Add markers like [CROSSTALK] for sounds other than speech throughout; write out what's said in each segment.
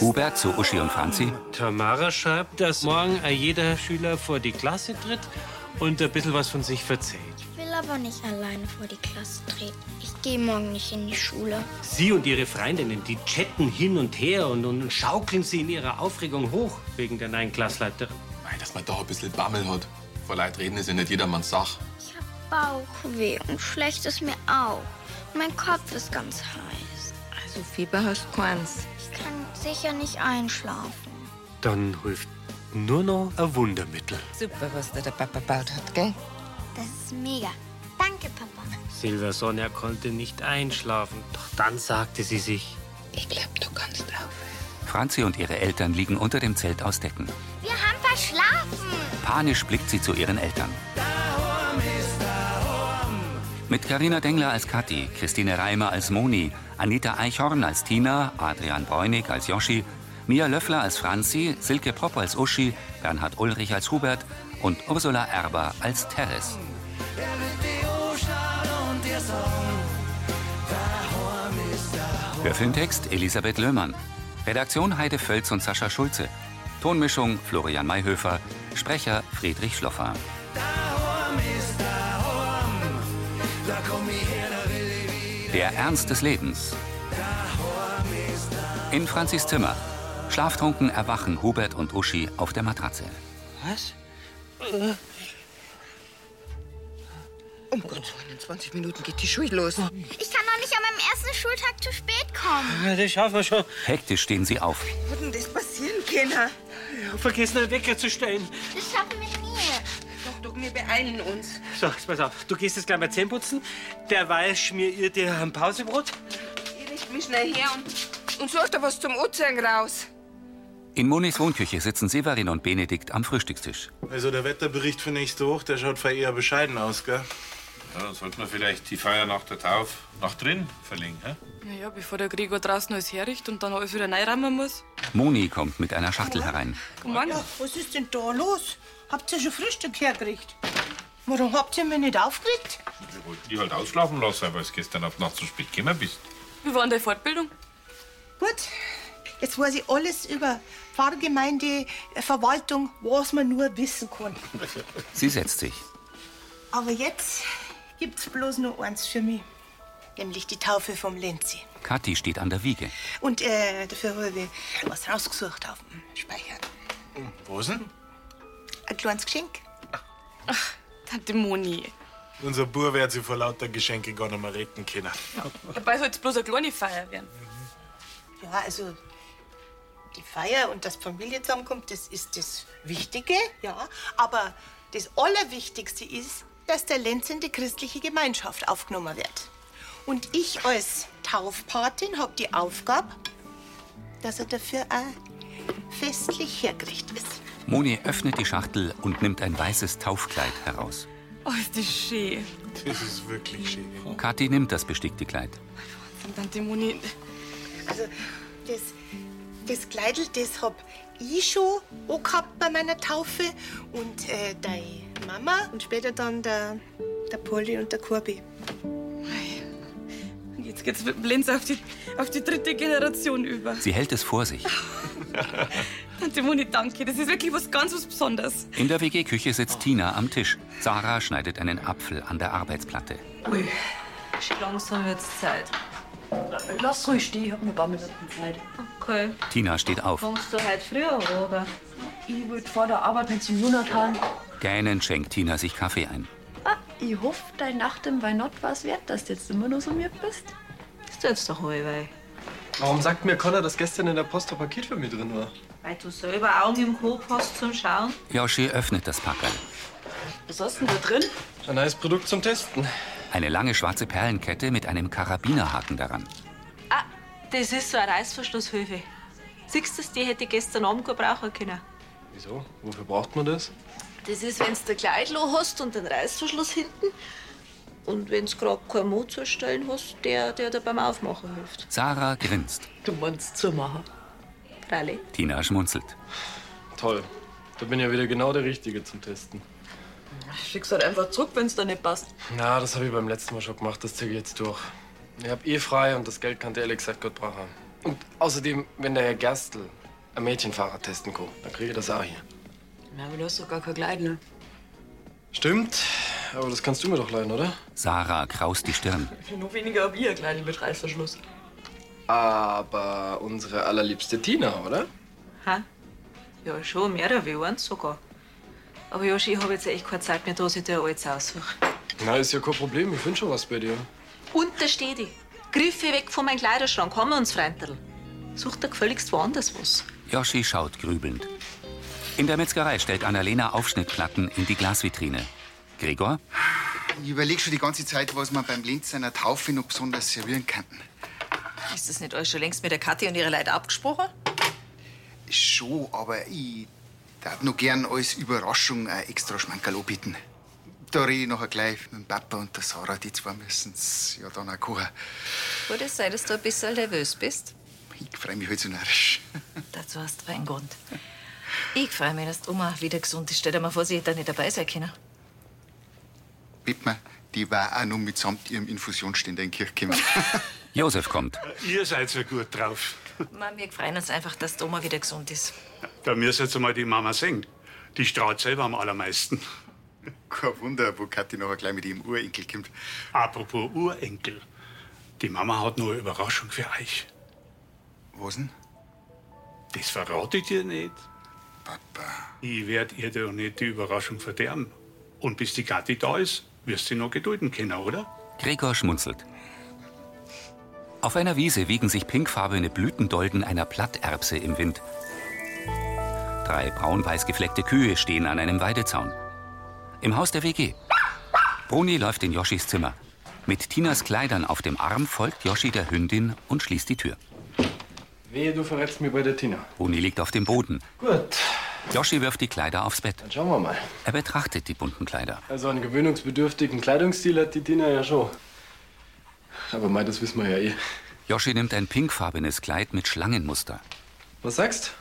Hubert zu Uschi und Franzi. Tamara schreibt, dass morgen äh, jeder Schüler vor die Klasse tritt und ein bisschen was von sich verzählt. Ich will aber nicht alleine vor die Klasse treten. Ich gehe morgen nicht in die Schule. Sie und ihre Freundinnen, die chatten hin und her und, und schaukeln sie in ihrer Aufregung hoch wegen der neuen Klassleiterin. Mei, dass man da ein bisschen Bammel hat. Vor Leid reden ist ja nicht jedermanns Sache. Ich habe Bauchweh und schlecht ist mir auch. Mein Kopf ist ganz heiß. Also Fieber hast keins. Ich kann sicher nicht einschlafen. Dann hilft nur noch ein Wundermittel. Super, was da der Papa baut hat, gell? Das ist mega. Danke, Papa. Silvia Sonja konnte nicht einschlafen. Doch dann sagte sie sich, Ich glaub, du kannst auch. Franzi und ihre Eltern liegen unter dem Zelt aus Decken. Wir haben verschlafen. Panisch blickt sie zu ihren Eltern. Mit Karina Dengler als Kathi, Christine Reimer als Moni, Anita Eichhorn als Tina, Adrian Bräunig als Joschi, Mia Löffler als Franzi, Silke Propp als Uschi, Bernhard Ulrich als Hubert und Ursula Erber als Teres. Hörfilmtext Elisabeth Löhmann. Redaktion Heide Völz und Sascha Schulze. Tonmischung Florian Mayhöfer. Sprecher Friedrich Schloffer. Der Ernst des Lebens. In Franzis Zimmer. Schlaftrunken erwachen Hubert und Uschi auf der Matratze. Was? Äh. Um Gottes Willen, in 20 Minuten geht die Schule los. Ich kann doch nicht an meinem ersten Schultag zu spät kommen. das schaffen wir schon. Hektisch stehen sie auf. Wie hat denn das passieren können? Vergessen, einen Wecker zu stellen. Das schaffen wir nie. Doch, doch, wir beeilen uns. So, jetzt pass auf. Du gehst jetzt gleich mal Zähne putzen. Derweil schmier ihr dir ein Pausebrot. Ich richte mich schnell her und, und such da was zum Ozean raus. In Monis Wohnküche sitzen Severin und Benedikt am Frühstückstisch. Also der Wetterbericht für nächste Woche, der schaut voll eher bescheiden aus, gell? Ja, dann sollten wir vielleicht die Feier nach der Taufe nach drin verlegen. Hä? Naja, bevor der Gregor draußen alles herricht und dann alles wieder reinrammen muss. Moni kommt mit einer Schachtel herein. Komm an. Was ist denn da los? Habt ihr schon Frühstück hergekriegt? Warum habt ihr mich nicht aufgeregt? Wir wollten die halt ausschlafen lassen, weil es gestern auf Nacht zu spät gekommen bist. Wie war denn deine Fortbildung? Gut, jetzt weiß ich alles über Pfarrgemeinde, äh, Verwaltung, was man nur wissen [LAUGHS] kann. Sie setzt sich. Aber jetzt gibt's bloß nur eins für mich. Nämlich die Taufe vom Lenzi. Kathi steht an der Wiege. Und äh, dafür habe ich was rausgesucht auf dem Speicher. Was denn? Ein kleines Geschenk. Tante Moni. Unser Bub wird sich vor lauter Geschenke gar nicht mehr retten können. Dabei soll es bloß eine kleine Feier werden. Ja, also die Feier und dass die Familie zusammenkommt, das ist das Wichtige, ja. Aber das Allerwichtigste ist, dass der Lenz in die christliche Gemeinschaft aufgenommen wird. Und ich als Taufpatin habe die Aufgabe, dass er dafür auch festlich hergerichtet ist. Moni öffnet die Schachtel und nimmt ein weißes Taufkleid heraus. Oh, ist das schön. Das ist wirklich schön. Kathi nimmt das bestickte Kleid. Tante Moni, Also das, das Kleidel, das hab ich schon angehabt bei meiner Taufe und äh, deine Mama und später dann der, der Polly und der Kurbi. jetzt geht's mit Lenz auf die, auf die dritte Generation über. Sie hält es vor sich. Tante Moni, danke. Das ist wirklich was ganz was Besonderes. In der WG-Küche sitzt Tina am Tisch. Sarah schneidet einen Apfel an der Arbeitsplatte. Langsam wird's Zeit. Lass ruhig stehen, ich hab noch ein paar Minuten Zeit. Okay. Tina steht auf. Fangst du heute früher an, oder? Ich wollte vor der Arbeit um nicht zum Jonathan. Gähnend schenkt Tina sich Kaffee ein. Ah, ich hoffe, deine Nacht im Weihnacht war's wert, dass du jetzt immer noch so mir bist. Ist du jetzt doch halbwegs. Warum sagt mir Connor, dass gestern in der Post ein Paket für mich drin war? Weil du selber Augen im Kopf hast zum Schauen. Yoshi öffnet das Packerl. Was hast denn da drin? Ein neues Produkt zum Testen. Eine lange schwarze Perlenkette mit einem Karabinerhaken daran. Ah, das ist so eine Reißverschlusshilfe. Siehst du, die hätte ich gestern Abend gut brauchen können. Wieso? Wofür braucht man das? Das ist, wenn's der Kleidlo hast und den Reißverschluss hinten. Und wenn's grad keinen Mut zu stellen hast, der, der dir beim Aufmachen hilft. Sarah grinst. Du meinst zumachen? Freilich. Tina schmunzelt. Toll. Da bin ja wieder genau der Richtige zum Testen. Schick's halt einfach zurück, wenn's da nicht passt. Na, das habe ich beim letzten Mal schon gemacht. Das ziehe ich jetzt durch. Ich hab eh frei und das Geld kann der ehrlich gesagt gut brauchen. Und außerdem, wenn der Herr Gerstl ein Mädchenfahrer testen kann, dann kriege ich das auch hier. Na, aber du hast doch gar kein ne? Kleidel. Stimmt, aber das kannst du mir doch leihen, oder? Sarah kraust die Stirn. Für nur weniger wie ihr Kleidel mit Reißverschluss. Aber unsere allerliebste Tina, oder? Ha? Ja, schon, mehr oder weniger sogar. Aber Josch, ich habe jetzt echt keine Zeit mehr, dass ich dir alles aussuche. Na, ist ja kein Problem, ich finde schon was bei dir. Untersteh dich. Griffe weg von meinem Kleiderschrank. Haben wir uns, Freundl. Such dir gefälligst woanders was. Joschi schaut grübelnd. In der Metzgerei stellt Annalena Aufschnittplatten in die Glasvitrine. Gregor? Ich überlege schon die ganze Zeit, was man beim Lenz seiner Taufe noch besonders servieren kann. Ist das nicht euch schon längst mit der Kathi und ihrer Leute abgesprochen? Schon, aber ich darf noch gern als Überraschung ein extra Schmankerl anbieten. Da rede ich nachher gleich mit dem Papa und der Sarah. Die zwei müssen es ja dann auch kochen. Würde es sein, dass du ein bisschen nervös bist? Ich freue mich heute so narrisch. [LAUGHS] Dazu hast du einen Grund. Ich freue mich, dass die Oma wieder gesund ist. Stell dir mal vor, sie hätte da nicht dabei sein [LAUGHS] können. Wittmer, die war auch noch mitsamt ihrem Infusionsständer in die Kirche gekommen. [LAUGHS] Josef kommt. Ihr seid so gut drauf. Mann, wir freuen uns einfach, dass die Oma wieder gesund ist. Da müsst ihr jetzt mal die Mama singen. Die strahlt selber am allermeisten. Kein Wunder, wo Kathi nachher gleich mit ihrem Urenkel kommt. Apropos Urenkel. Die Mama hat nur eine Überraschung für euch. Was denn? Das verrate ich dir nicht. Papa. Ich werd ihr doch nicht die Überraschung verderben. Und bis die Kathi da ist, wirst du noch gedulden können, oder? Gregor schmunzelt. Auf einer Wiese wiegen sich pinkfarbene Blütendolden einer Platterbse im Wind. Drei braun-weiß gefleckte Kühe stehen an einem Weidezaun. Im Haus der WG. Bruni läuft in Joschis Zimmer. Mit Tinas Kleidern auf dem Arm folgt Joschi der Hündin und schließt die Tür. Wehe, du verrätst mir bei der Tina. Bruni liegt auf dem Boden. Gut. Joschi wirft die Kleider aufs Bett. Dann schauen wir mal. Er betrachtet die bunten Kleider. Also einen gewöhnungsbedürftigen Kleidungsstil hat die Tina ja schon. Aber mei, das wissen wir ja eh. Joschi nimmt ein pinkfarbenes Kleid mit Schlangenmuster. Was sagst?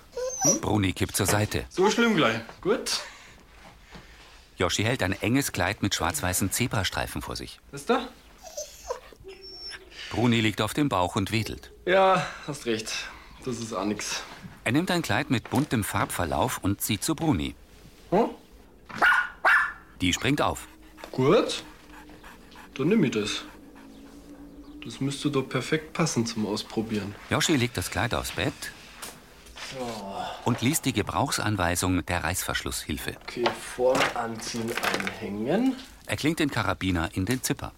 Bruni kippt zur Seite. So schlimm gleich. Gut. Joschi hält ein enges Kleid mit schwarz-weißen Zebrastreifen vor sich. Das da? Bruni liegt auf dem Bauch und wedelt. Ja, hast recht. Das ist auch nix. Er nimmt ein Kleid mit buntem Farbverlauf und zieht zu Bruni. Hm? Die springt auf. Gut. Dann nimm ich das. Das müsste doch perfekt passen zum Ausprobieren. Joschi legt das Kleid aufs Bett und liest die Gebrauchsanweisung der Reißverschlusshilfe. Okay, vorn anziehen, einhängen. Er klingt den Karabiner in den Zipper.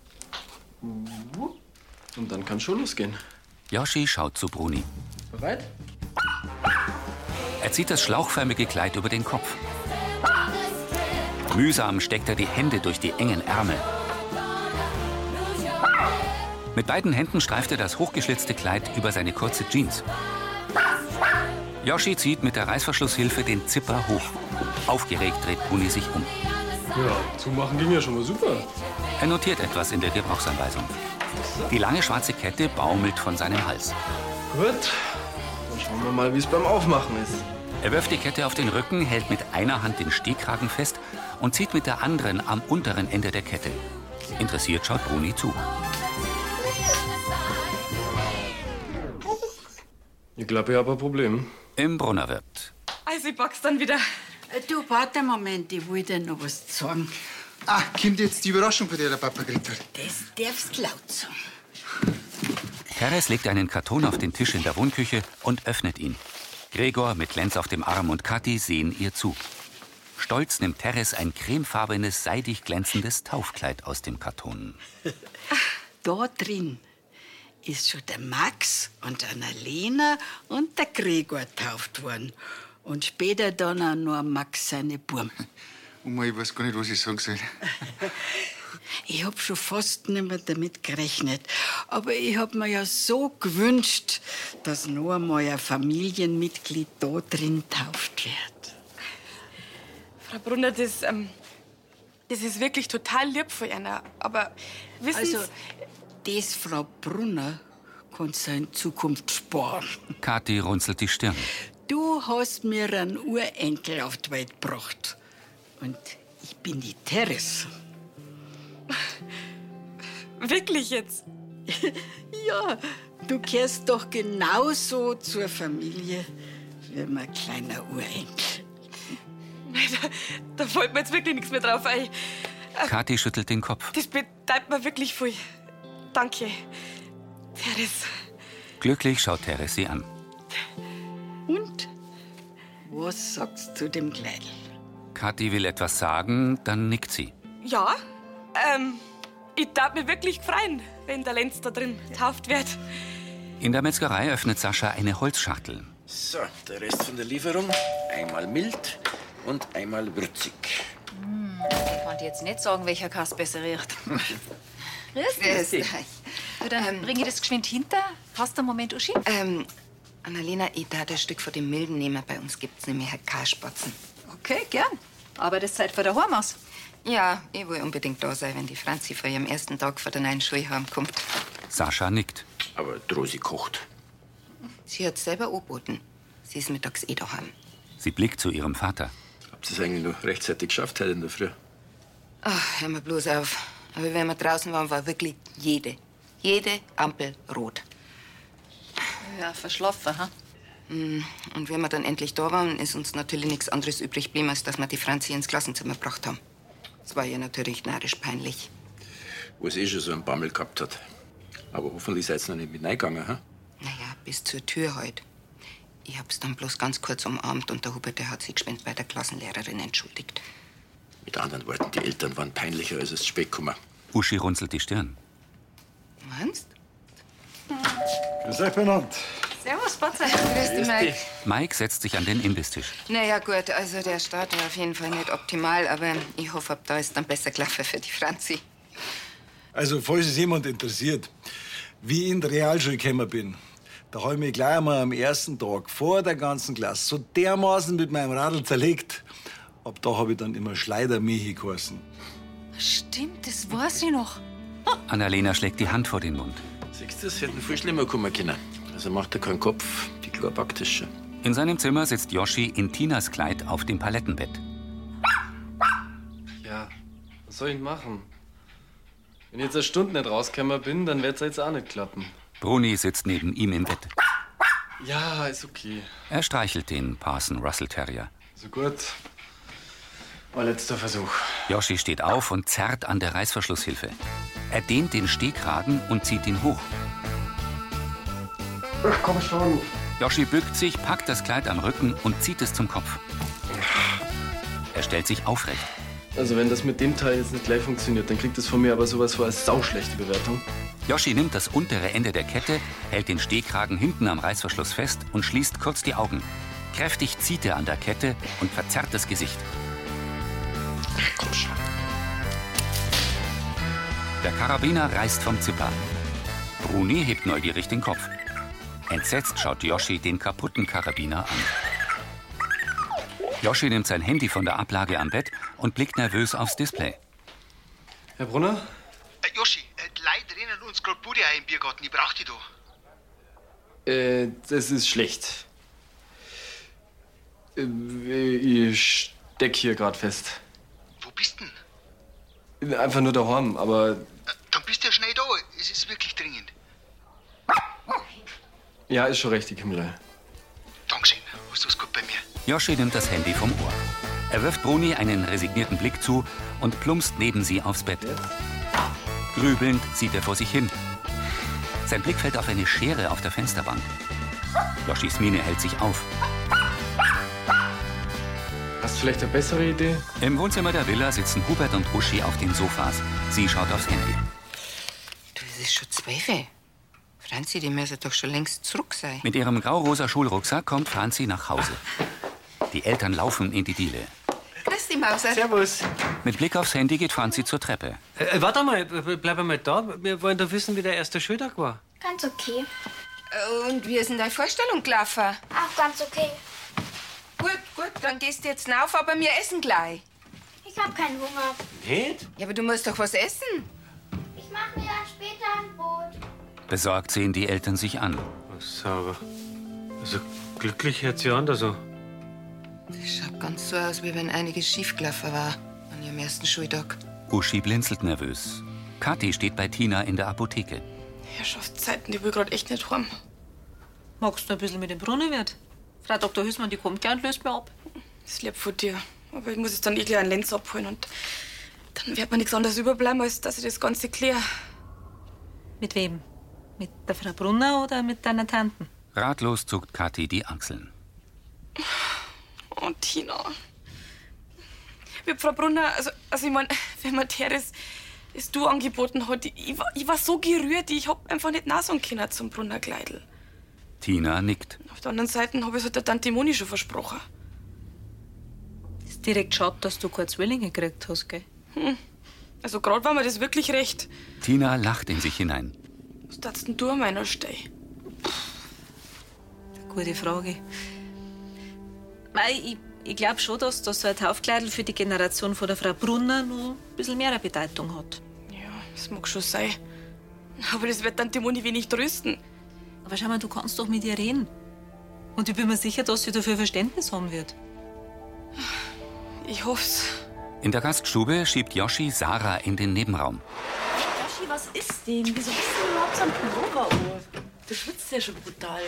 Und dann kann schon losgehen. Joschi schaut zu Bruni. Bereit? Er zieht das schlauchförmige Kleid über den Kopf. Mühsam steckt er die Hände durch die engen Ärmel. Mit beiden Händen streift er das hochgeschlitzte Kleid über seine kurze Jeans. Yoshi zieht mit der Reißverschlusshilfe den Zipper hoch. Aufgeregt dreht Bruni sich um. Ja, zumachen ging ja schon mal super. Er notiert etwas in der Gebrauchsanweisung. Die lange schwarze Kette baumelt von seinem Hals. Gut. Dann schauen wir mal, wie es beim Aufmachen ist. Er wirft die Kette auf den Rücken, hält mit einer Hand den Stehkragen fest und zieht mit der anderen am unteren Ende der Kette. Interessiert schaut Bruni zu. Ich glaube, ich habe ein Problem. Im Brunnerwirt. Also, ich pack's dann wieder. Äh, Du, warte einen Moment, ich will dir noch was sagen. Ah, kommt jetzt die Überraschung, von der der Papa geredet hat. Das darfst du laut sagen. Teres legt einen Karton auf den Tisch in der Wohnküche und öffnet ihn. Gregor mit Lenz auf dem Arm und Kathi sehen ihr zu. Stolz nimmt Teres ein cremefarbenes, seidig glänzendes Taufkleid aus dem Karton. Ah. Da drin ist schon der Max und der Annalena und der Gregor tauft worden. Und später dann auch noch Max seine Burm. Oma, ich weiß gar nicht, was ich sagen soll. Ich hab schon fast nicht mehr damit gerechnet. Aber ich hab mir ja so gewünscht, dass noch einmal ein Familienmitglied da drin tauft wird. Frau Brunner, das, ähm, das ist wirklich total lieb von einer. Aber wissen Sie, Also, das, Frau Brunner, kannst du in Zukunft sparen. Kathi runzelt die Stirn. Du hast mir einen Urenkel auf die Welt gebracht. Und ich bin die [LAUGHS] Teres. wirklich jetzt? [LAUGHS] Ja, Du gehörst doch genauso zur Familie wie mein kleiner Urenkel. Da fällt mir jetzt wirklich nichts mehr drauf ein. Kathi schüttelt den Kopf. Das bedeutet mir wirklich viel. Danke. Teres. Glücklich schaut Teres sie an. Und? Was sagst du dem Kleid? Kathi will etwas sagen, dann nickt sie. Ja, ähm, ich darf mich wirklich freuen, wenn der Lenz da drin tauft wird. In der Metzgerei öffnet Sascha eine Holzschachtel. So, der Rest von der Lieferung. Einmal mild und einmal würzig. [LAUGHS] Ich konnte jetzt nicht sagen, welcher Kass besser riecht. Grüß dich. Grüß dich. Ja, Dann bring ich das geschwind hinter. Hast du einen Moment, Uschi? Ähm, Annalena, ich darf ein Stück von dem Milden nehmen. Bei uns gibt's nämlich K-Spatzen. Okay, gern. Aber das seid von daheim aus. Ja, ich will unbedingt da sein, wenn die Franzi von ihrem ersten Tag von der neuen Schule heimkommt. Sascha nickt. Aber Drosi kocht. Sie hat selber angeboten. Sie ist mittags eh daheim. Sie blickt zu ihrem Vater. Habt ihr es eigentlich noch rechtzeitig geschafft heute in der Früh? Ach, hör mal bloß auf. Aber wenn wir draußen waren, war wirklich jede, jede Ampel rot. Ja, verschlafen, ha? Mm, Und wenn wir dann endlich da waren, ist uns natürlich nichts anderes übrig geblieben, als dass wir die Franzi ins Klassenzimmer gebracht haben. Es war ihr natürlich narrisch peinlich. Wo es eh schon so einen Bammel gehabt hat. Aber hoffentlich seid ihr noch nicht mit reingegangen, ha? Naja, bis zur Tür heute. Ich hab's dann bloß ganz kurz umarmt und der Hubert, der hat sich geschwind bei der Klassenlehrerin entschuldigt. Mit anderen Worten, die Eltern waren peinlicher als es spät gekommen. Uschi runzelt die Stirn. Meinst? Grüß euch, benannt. Hm. Servus, Spatzer. Grüß dich, Mike. Mike setzt sich an den Imbistisch. Naja, gut, also der Start war auf jeden Fall nicht optimal, aber ich hoffe, ab da ist dann besser gelaufen für die Franzi. Also, falls es jemand interessiert, wie ich in die Realschule gekommen bin, da habe ich mich gleich einmal am ersten Tag vor der ganzen Klasse so dermaßen mit meinem Radl zerlegt. Ab da habe ich dann immer Schleidermichi geheißen. Stimmt, das weiß ich noch. Annalena schlägt die Hand vor den Mund. Siehst du, es hätten viel schlimmer kommen können. Also macht er keinen Kopf, die Chlor packt es schon. In seinem Zimmer sitzt Yoshi in Tinas Kleid auf dem Palettenbett. Ja, was soll ich denn machen? Wenn ich jetzt eine Stunde nicht rausgekommen bin, dann wird's jetzt auch nicht klappen. Bruni sitzt neben ihm im Bett. Ja, ist okay. Er streichelt den Parson Russell Terrier. So gut. Mein letzter Versuch. Yoshi steht auf und zerrt an der Reißverschlusshilfe. Er dehnt den Stehkragen und zieht ihn hoch. Ach, komm schon. Yoshi bückt sich, packt das Kleid am Rücken und zieht es zum Kopf. Er stellt sich aufrecht. Also, wenn das mit dem Teil jetzt nicht gleich funktioniert, dann kriegt das von mir aber sowas für eine sauschlechte Bewertung. Yoshi nimmt das untere Ende der Kette, hält den Stehkragen hinten am Reißverschluss fest und schließt kurz die Augen. Kräftig zieht er an der Kette und verzerrt das Gesicht. Der Karabiner reißt vom Zipper. Bruni hebt neugierig den Kopf. Entsetzt schaut Yoshi den kaputten Karabiner an. Yoshi nimmt sein Handy von der Ablage am Bett und blickt nervös aufs Display. Herr Brunner? Joschi, äh, die Leute rennen uns gerade Bude ein im Biergarten. Ich brauch die da. Äh, das ist schlecht. Äh, ich steck hier gerade fest. Wo bist denn? Einfach nur daheim, aber Dann bist du ja schnell da. Es ist wirklich dringend. ja, ist schon richtig, Himmel. Dankeschön. Hast du es gut bei mir? Yoshi nimmt das Handy vom Ohr. Er wirft Bruni einen resignierten Blick zu und plumpst neben sie aufs Bett. Grübelnd sieht er vor sich hin. Sein Blick fällt auf eine Schere auf der Fensterbank. Yoshis Miene hält sich auf. Hast du vielleicht eine bessere Idee? Im Wohnzimmer der Villa sitzen Hubert und Uschi auf den Sofas. Sie schaut aufs Handy. Du, es ist schon zwölf. Franzi, die müssen doch schon längst zurück sein. Mit ihrem graurosa Schulrucksack kommt Franzi nach Hause. Die Eltern laufen in die Diele. Grüß dich, Mauser. Servus. Mit Blick aufs Handy geht Franzi zur Treppe. Äh, äh, warte mal, äh, bleib einmal da. Wir wollen doch wissen, wie der erste Schultag war. Ganz okay. Und wie ist denn deine Vorstellung gelaufen? Auch ganz okay. Gut, gut, dann gehst du jetzt rauf, aber wir essen gleich. Ich hab keinen Hunger. Nicht? Ja, aber du musst doch was essen. Ich mach mir dann später ein Brot. Besorgt sehen die Eltern sich an. Sauber. Also glücklich hört sich anders an. also. Das schaut ganz so aus, wie wenn einiges schiefgelaufen war an ihrem ersten Schultag. Uschi blinzelt nervös. Kathi steht bei Tina in der Apotheke. Herrschaftszeiten, die will gerade echt nicht haben. Magst du ein bisschen mit dem Brunnenwirt? Frau Dr. Hüßmann, die kommt gern und löst mir ab. Das lieb von dir. Aber ich muss jetzt dann eh gleich einen Lenz abholen und dann wird mir nichts anderes überbleiben, als dass ich das Ganze kläre. Mit wem? Mit der Frau Brunner oder mit deiner Tanten? Ratlos zuckt Kathi die Achseln. Oh, Tina. Wie Frau Brunner, also, also ich meine, wenn man der ist, ist du angeboten hat, ich war, ich war so gerührt, ich hab einfach nicht nasen können zum Brunnerkleidl. Tina nickt. Auf der anderen Seite habe ich es der Tante Moni schon versprochen. Ist direkt schade, dass du keine Zwillinge gekriegt hast, gell? Hm. Also gerade war mir das wirklich recht. Tina lacht in sich hinein. Was tatst denn du an meiner Stelle? Gute Frage. Mei, ich, ich glaube schon, dass das so ein Taufkleidl für die Generation von der Frau Brunner noch ein bisschen mehr Bedeutung hat. Das mag schon sein. Aber das wird Tante Moni wenig trösten. Aber schau mal, du kannst doch mit ihr reden. Und ich bin mir sicher, dass sie dafür Verständnis haben wird. Ich hoff's. In der Gaststube schiebt Yoshi Sarah in den Nebenraum. Joschi, was ist denn? Wieso bist du überhaupt so ein Pullover an? Du schwitzt ja schon brutal.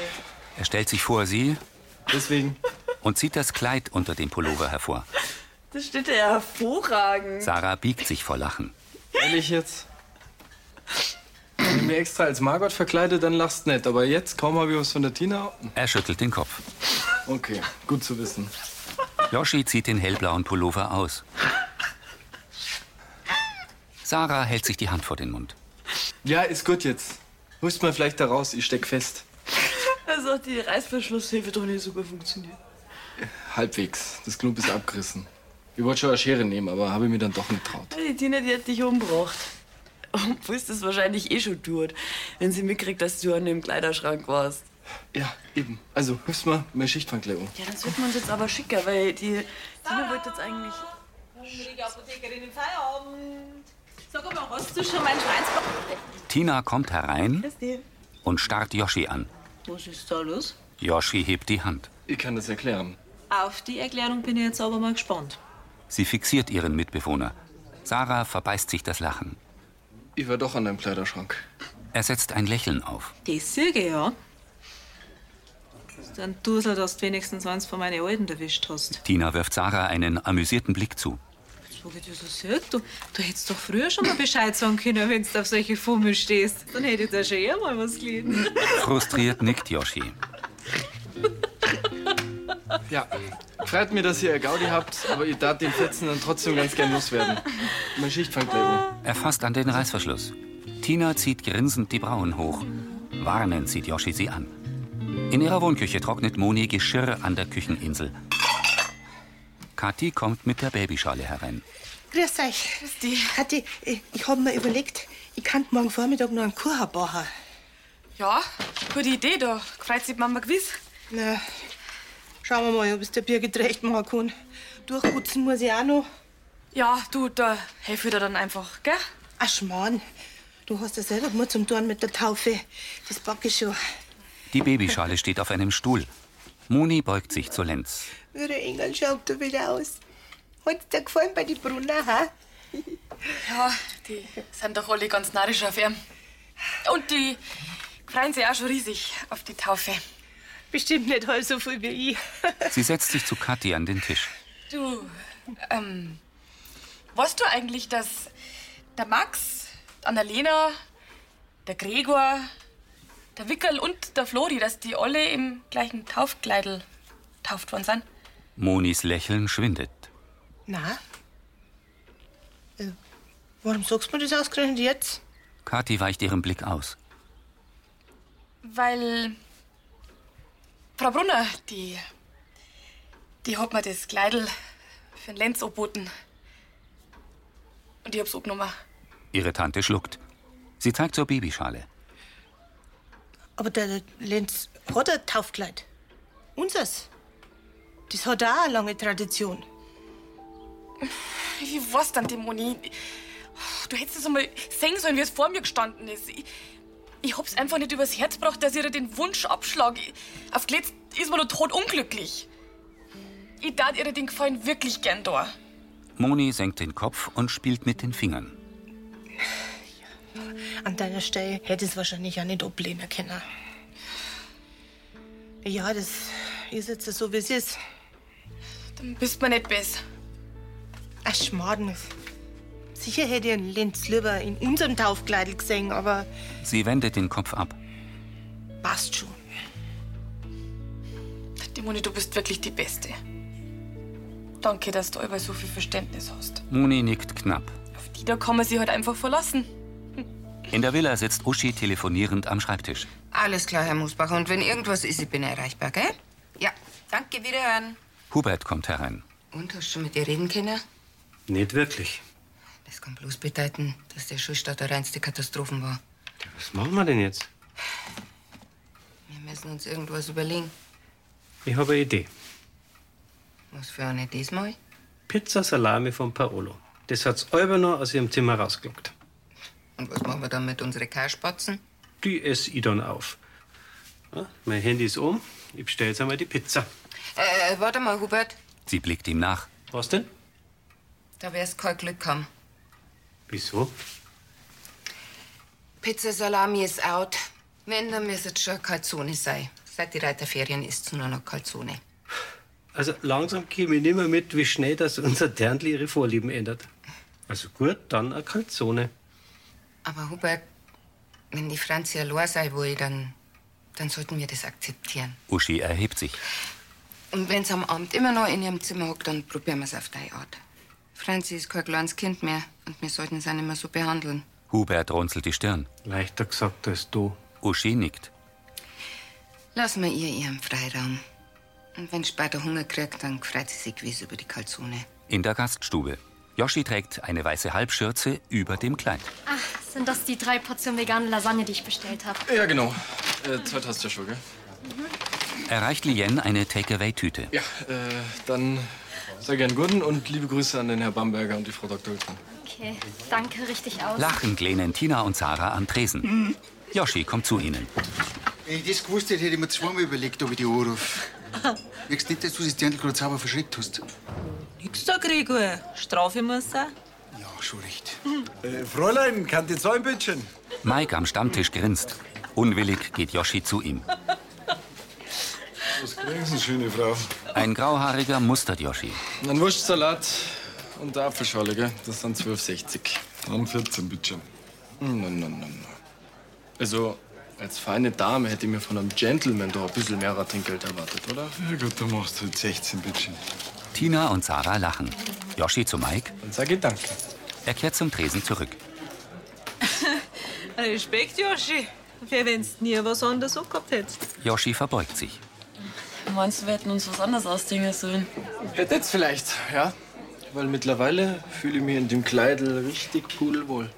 Er stellt sich vor sie. Deswegen. Und zieht das Kleid unter dem Pullover hervor. Das steht ja hervorragend. Sarah biegt sich vor Lachen. Ehrlich jetzt? Wenn du mir extra als Margot verkleidet, dann lachst nicht. Aber jetzt kaum habe ich was von der Tina. Er schüttelt den Kopf. Okay, gut zu wissen. Yoshi zieht den hellblauen Pullover aus. Sarah hält sich die Hand vor den Mund. Ja, ist gut jetzt. Hust mal vielleicht da raus, ich steck fest. [LAUGHS] Also hat die Reißverschlusshilfe doch nicht super funktioniert. Halbwegs. Das Klump ist abgerissen. Ich wollte schon eine Schere nehmen, aber habe ich mir dann doch nicht traut. Die Tina, die hat dich umgebracht. [LAUGHS] Obwohl es das wahrscheinlich eh schon tut, wenn sie mitkriegt, dass du an dem Kleiderschrank warst. Ja, eben. Also, hilfst mal, meine Schichtverkleidung. Ja, das wird uns jetzt aber schicker, weil die Tina wollte jetzt eigentlich... Hungrige Apothekerin im Feierabend. Sag mal, hast du schon meinen Schweinsbach? Tina kommt herein Christi. und starrt Yoshi an. Was ist da los? Yoshi hebt die Hand. Ich kann das erklären. Auf die Erklärung bin ich jetzt aber mal gespannt. Sie fixiert ihren Mitbewohner. Sarah verbeißt sich das Lachen. Ich war doch an deinem Kleiderschrank. Er setzt ein Lächeln auf. Das sehe ich ja. Ist ein Dusel, dass du wenigstens eins von meinen Alten erwischt hast. Tina wirft Sarah einen amüsierten Blick zu. Sag ich dir so sehr, du, du hättest doch früher schon mal Bescheid sagen können, wenn du auf solche Fummel stehst. Dann hätte ich dir schon eher mal was [LAUGHS] gelesen. Frustriert nickt Yoshi. Ja, freut mich, dass ihr eine Gaudi habt, aber ihr darf den Fetzen dann trotzdem ganz gern loswerden. Meine Schichtverkleidung. Er fasst an den Reißverschluss. Tina zieht grinsend die Brauen hoch. Warnend sieht Yoshi sie an. In ihrer Wohnküche trocknet Moni Geschirr an der Kücheninsel. Kathi kommt mit der Babyschale herein. Grüß euch. Grüß dich. Kathi, äh, ich habe mir überlegt, ich kann morgen Vormittag noch einen Kuchen backen. Ja, gute Idee, da freut sich Mama gewiss. Na, schauen wir mal, ob es der Birgit recht machen kann. Durchputzen muss ich auch noch. Ja, du, da helfe ich dir dann einfach, gell? Ach, Schmarrn. Du hast ja selber Mut zum Tun mit der Taufe. Das backe ich schon. Die Babyschale steht auf einem Stuhl. Moni beugt sich zu Lenz. Nur der Engel schaut da wieder aus. Hat's dir gefallen bei den Brunner, ha? Ja, die sind doch alle ganz narrisch auf ihn. Und die freuen sich auch schon riesig auf die Taufe. Bestimmt nicht halb so viel wie ich. [LAUGHS] Sie setzt sich zu Kathi an den Tisch. Du, ähm, weißt du eigentlich, dass der Max, Annalena, der Gregor, der Wickel und der Flori, dass die alle im gleichen Taufkleidel tauft worden sind? Monis Lächeln schwindet. Na? Äh, warum sagst du mir das ausgerechnet jetzt? Kathi weicht ihren Blick aus. Weil Frau Brunner, die, die hat mir das Kleidel für den Lenz angeboten. Und ich hab's abgenommen. Ihre Tante schluckt. Sie zeigt zur Babyschale. Aber der Lenz hat ein Taufkleid. Unsers. Das hat auch eine lange Tradition. Wie war's dann, Dämonie? Du hättest es einmal sehen sollen, wie es vor mir gestanden ist. Ich, ich hab's einfach nicht übers Herz gebracht, dass ich ihr den Wunsch abschlag. Ich- Auf Glitz ist man nur tot unglücklich. Ich tat ihr den Gefallen wirklich gern da. Moni senkt den Kopf und spielt mit den Fingern. An deiner Stelle hätte ich es wahrscheinlich auch nicht ablehnen können. Ja, das ist jetzt so, wie es ist. Dann bist du mir nicht besser. Ach, Schmarrn. Sicher hätte ich einen Lenz lieber in unserem Taufkleidel gesehen, aber Sie wendet den Kopf ab. passt schon. Die Moni, du bist wirklich die Beste. Danke, dass du immer so viel Verständnis hast. Moni nickt knapp. Auf die da kann man sich halt einfach verlassen. In der Villa sitzt Uschi telefonierend am Schreibtisch. Alles klar, Herr Musbacher. Und wenn irgendwas ist, ich bin erreichbar, gell? Ja, danke, wiederhören. Hubert kommt herein. Und hast du schon mit ihr reden können? Nicht wirklich. Das kann bloß bedeuten, dass der Schulstadt der reinste Katastrophen war. Was machen wir denn jetzt? Wir müssen uns irgendwas überlegen. Ich habe eine Idee. Was für eine diesmal? Pizza Salami von Paolo. Das hat's Alberner aus ihrem Zimmer rausgelockt. Und was machen wir dann mit unseren Karspatzen? Die esse ich dann auf. Ja, mein Handy ist um. Ich bestelle jetzt einmal die Pizza. Äh, warte mal, Hubert. Sie blickt ihm nach. Was denn? Da wär's kein Glück haben. Wieso? Pizza Salami ist out. Wenn, dann müsste es schon Calzone sein. Seit die Reiterferien ist es nur noch Calzone. Also langsam käme ich nicht mehr mit, wie schnell das unser Terndl ihre Vorlieben ändert. Also gut, dann eine Kalzone. Aber Hubert, wenn die Franzi allein sein will, dann, dann sollten wir das akzeptieren. Uschi erhebt sich. Und wenn's am Abend immer noch in ihrem Zimmer hockt, dann probieren wir's auf deine Art. Franzi ist kein kleines Kind mehr und wir sollten sie auch nicht mehr so behandeln. Hubert runzelt die Stirn. Leichter gesagt als du. Uschi nickt. Lass mir ihr ihren Freiraum. Und wenn sie später Hunger kriegt, dann freut sie sich gewiss über die Kalzone. In der Gaststube. Yoshi trägt eine weiße Halbschürze über dem Kleid. Ach, Ah, sind das die drei Portionen vegane Lasagne, die ich bestellt habe? Ja, genau. Äh, Zeit hast du ja schon, gell? Erreicht Lien eine Takeaway-Tüte. Ja, äh, dann sehr gern Guten und liebe Grüße an den Herr Bamberger und die Frau Dr. Hülsmann. Okay, danke, richtig aus. Lachend lehnen Tina und Sarah am Tresen. Yoshi kommt zu ihnen. Wenn ich das gewusst hätte, hätte ich mir zweimal überlegt, ob ich die anrufe. Merkst nicht, dass du das Dirndl gerade sauber verschreckt hast? Nix da, Gregor. Strafe muss er. Ja, schon recht. Äh, Fräulein, kann die zahlen, bitteschön? Mike am Stammtisch grinst. Unwillig geht Yoshi zu ihm. Was kriegen Sie, schöne Frau? Ein grauhaariger mustert Yoshi. Ein Wurstsalat und eine Apfelschorle, gell? Das sind Mm, 12,60. Um 14, bitteschön. No, no, no, no. Also, als feine Dame hätte ich mir von einem Gentleman doch ein bisschen mehr Trinkgeld erwartet, oder? Ja gut, du machst halt 16, bitteschön. Tina und Sarah lachen. Yoshi zu Mike. Und sage Danke. Er kehrt zum Tresen zurück. [LAUGHS] Respekt, Joschi. Für wenn's nie was anderes angehabt hättest. Yoshi verbeugt sich. Meinst du, wir hätten uns was anderes ausdenken sollen? Hätte jetzt vielleicht, ja. Weil mittlerweile fühle ich mich in dem Kleidel richtig pudelwohl.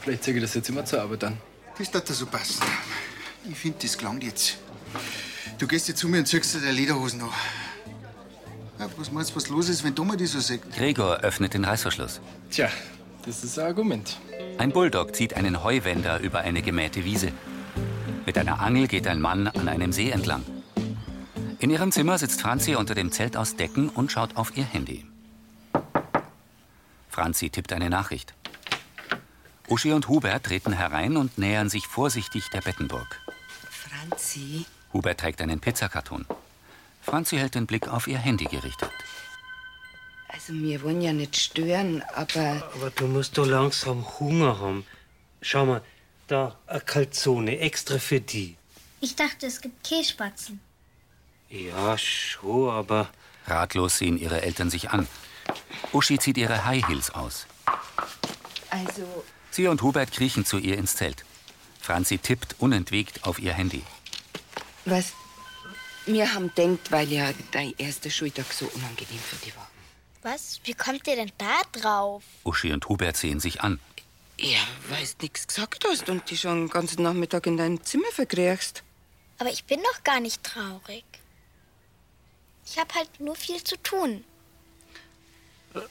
Vielleicht zeige ich das jetzt immer zur Arbeit an. Das hat dir so passen. Ich finde, das gelangt jetzt. Du gehst jetzt zu mir und ziehst dir deine Lederhosen an. Ja, was meinst du, was los ist, wenn du mir die so sagt? Gregor öffnet den Reißverschluss. Tja, das ist ein Argument. Ein Bulldog zieht einen Heuwender über eine gemähte Wiese. Mit einer Angel geht ein Mann an einem See entlang. In ihrem Zimmer sitzt Franzi unter dem Zelt aus Decken und schaut auf ihr Handy. Franzi tippt eine Nachricht. Uschi und Hubert treten herein und nähern sich vorsichtig der Bettenburg. Franzi, Hubert trägt einen Pizzakarton. Franzi hält den Blick auf ihr Handy gerichtet. also wir wollen ja nicht stören, aber Aber du musst doch langsam Hunger haben. Schau mal, da eine Kalzone extra für die. Ich dachte, es gibt Kässpatzen. Ja, schon, aber. Ratlos sehen ihre Eltern sich an. Uschi zieht ihre High Heels aus. also Sie und Hubert kriechen zu ihr ins Zelt. Franzi tippt unentwegt auf ihr Handy. was mir haben denkt, weil ja dein erster Schultag so unangenehm für dich war. Was? Wie kommt ihr denn da drauf? Uschi und Hubert sehen sich an. Ja, weil du nichts gesagt hast und dich schon den ganzen Nachmittag in deinem Zimmer verkriechst. Aber ich bin doch gar nicht traurig. Ich habe halt nur viel zu tun.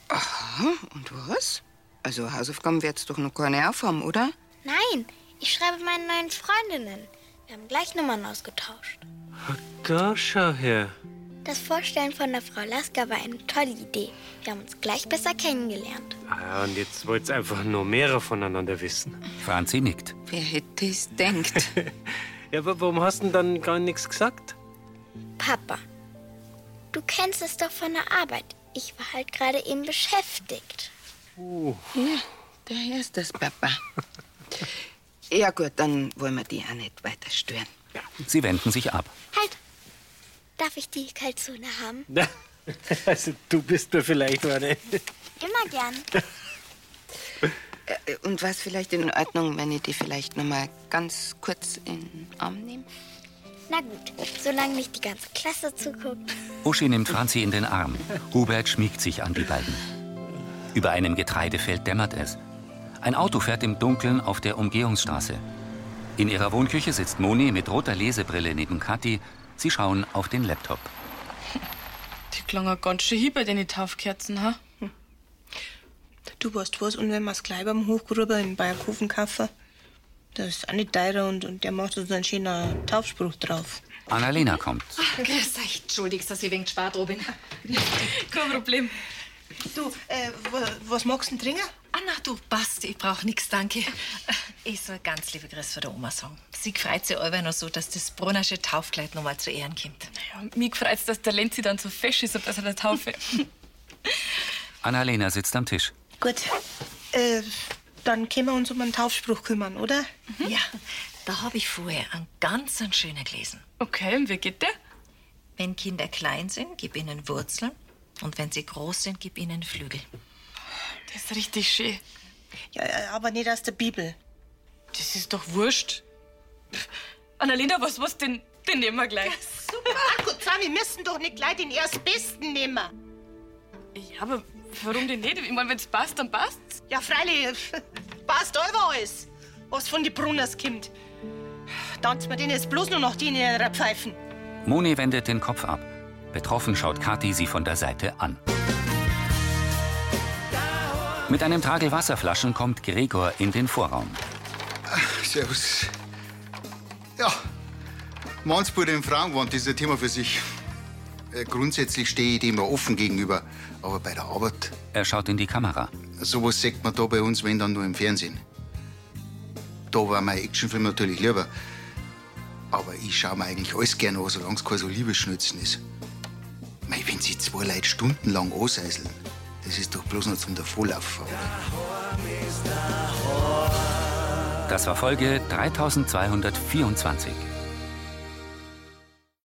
Aha, und was? Also Hausaufgaben wird's doch noch keine aufhaben, oder? Nein, ich schreibe meinen neuen Freundinnen. Wir haben gleich Nummern ausgetauscht. Da schau her. Das Vorstellen von der Frau Lasker war eine tolle Idee. Wir haben uns gleich besser kennengelernt. Ah, und jetzt wollt ihr einfach nur mehr voneinander wissen. Franzi nickt. Wer hätte es denkt? Ja, aber warum hast du denn dann gar nichts gesagt? [LAUGHS] Papa, du kennst es doch von der Arbeit. Ich war halt gerade eben beschäftigt. Oh. Ja, daher ist das, [LAUGHS] Papa. Ja gut, dann wollen wir die auch nicht weiter stören. Sie wenden sich ab. Halt! Darf ich die Kalzone haben? Also du bist mir vielleicht eine. Immer gern. Äh, Und was vielleicht in Ordnung, wenn ich die vielleicht noch mal ganz kurz in den Arm nehme? Na gut, solange nicht die ganze Klasse zuguckt. Uschi nimmt Franzi in den Arm. Hubert schmiegt sich an die beiden. Über einem Getreidefeld dämmert es. Ein Auto fährt im Dunkeln auf der Umgehungsstraße. In ihrer Wohnküche sitzt Moni mit roter Lesebrille neben Kathi. Sie schauen auf den Laptop. Die klangen ganz schön hin bei den Taufkerzen, ha? Hm. Du weißt was, und wenn wir es gleich beim Hochgruber in Bayerkofen kaufen, das ist auch nicht teurer und, und der macht uns einen schönen Taufspruch drauf. Annalena kommt. Ach, Ah, grüß euch. Entschuldigt, dass ich wegen gespart bin. [LAUGHS] Kein Problem. Du, äh, was magst du denn trinken? Ah, Anna, du, passt. Ich brauch nix, danke. Ich soll ganz liebe Grüß von der Oma sagen. Sie freut sich allweil noch so, dass das brunnersche Taufkleid noch mal zu Ehren kommt. Ja, mich freut's, dass der Lenzi dann so fesch ist, ob das an der Taufe. [LAUGHS] Annalena sitzt am Tisch. Gut. Äh, dann können wir uns um einen Taufspruch kümmern, oder? Ja, Mhm. da habe ich vorher einen ganz einen schönen gelesen. Okay, und wie geht der? Wenn Kinder klein sind, gib ihnen Wurzeln. Und wenn sie groß sind, gib ihnen Flügel. Das ist richtig schön. Ja, äh, aber nicht aus der Bibel. Das ist doch wurscht. Annalena, was, was denn? Den nehmen wir gleich. Super, Akku, wir müssen doch nicht gleich den Erstbesten nehmen. Ja, aber warum denn nicht? Ich meine, wenn's passt, dann passt's. Ja, freilich, passt über alles, was von die Brunners kommt. Tanzt mir den jetzt bloß nur noch die in ihrer Pfeifen. Moni wendet den Kopf ab. Betroffen schaut Kathi sie von der Seite an. Mit einem Tragel Wasserflaschen kommt Gregor in den Vorraum. Servus. Ja, Mannsburg in Frauenwand ist ein Thema für sich. Äh, Grundsätzlich stehe ich dem ja offen gegenüber, aber bei der Arbeit. Er schaut in die Kamera. Sowas sagt man da bei uns, wenn dann nur im Fernsehen. Da war mein Actionfilm natürlich lieber. Aber ich schaue mir eigentlich alles gerne an, solange es kein so Liebesschnützen ist. Mei, wenn sie zwei Leute stundenlang anseiseln, das ist doch bloß noch zum Davonlaufen. Das war Folge 3224.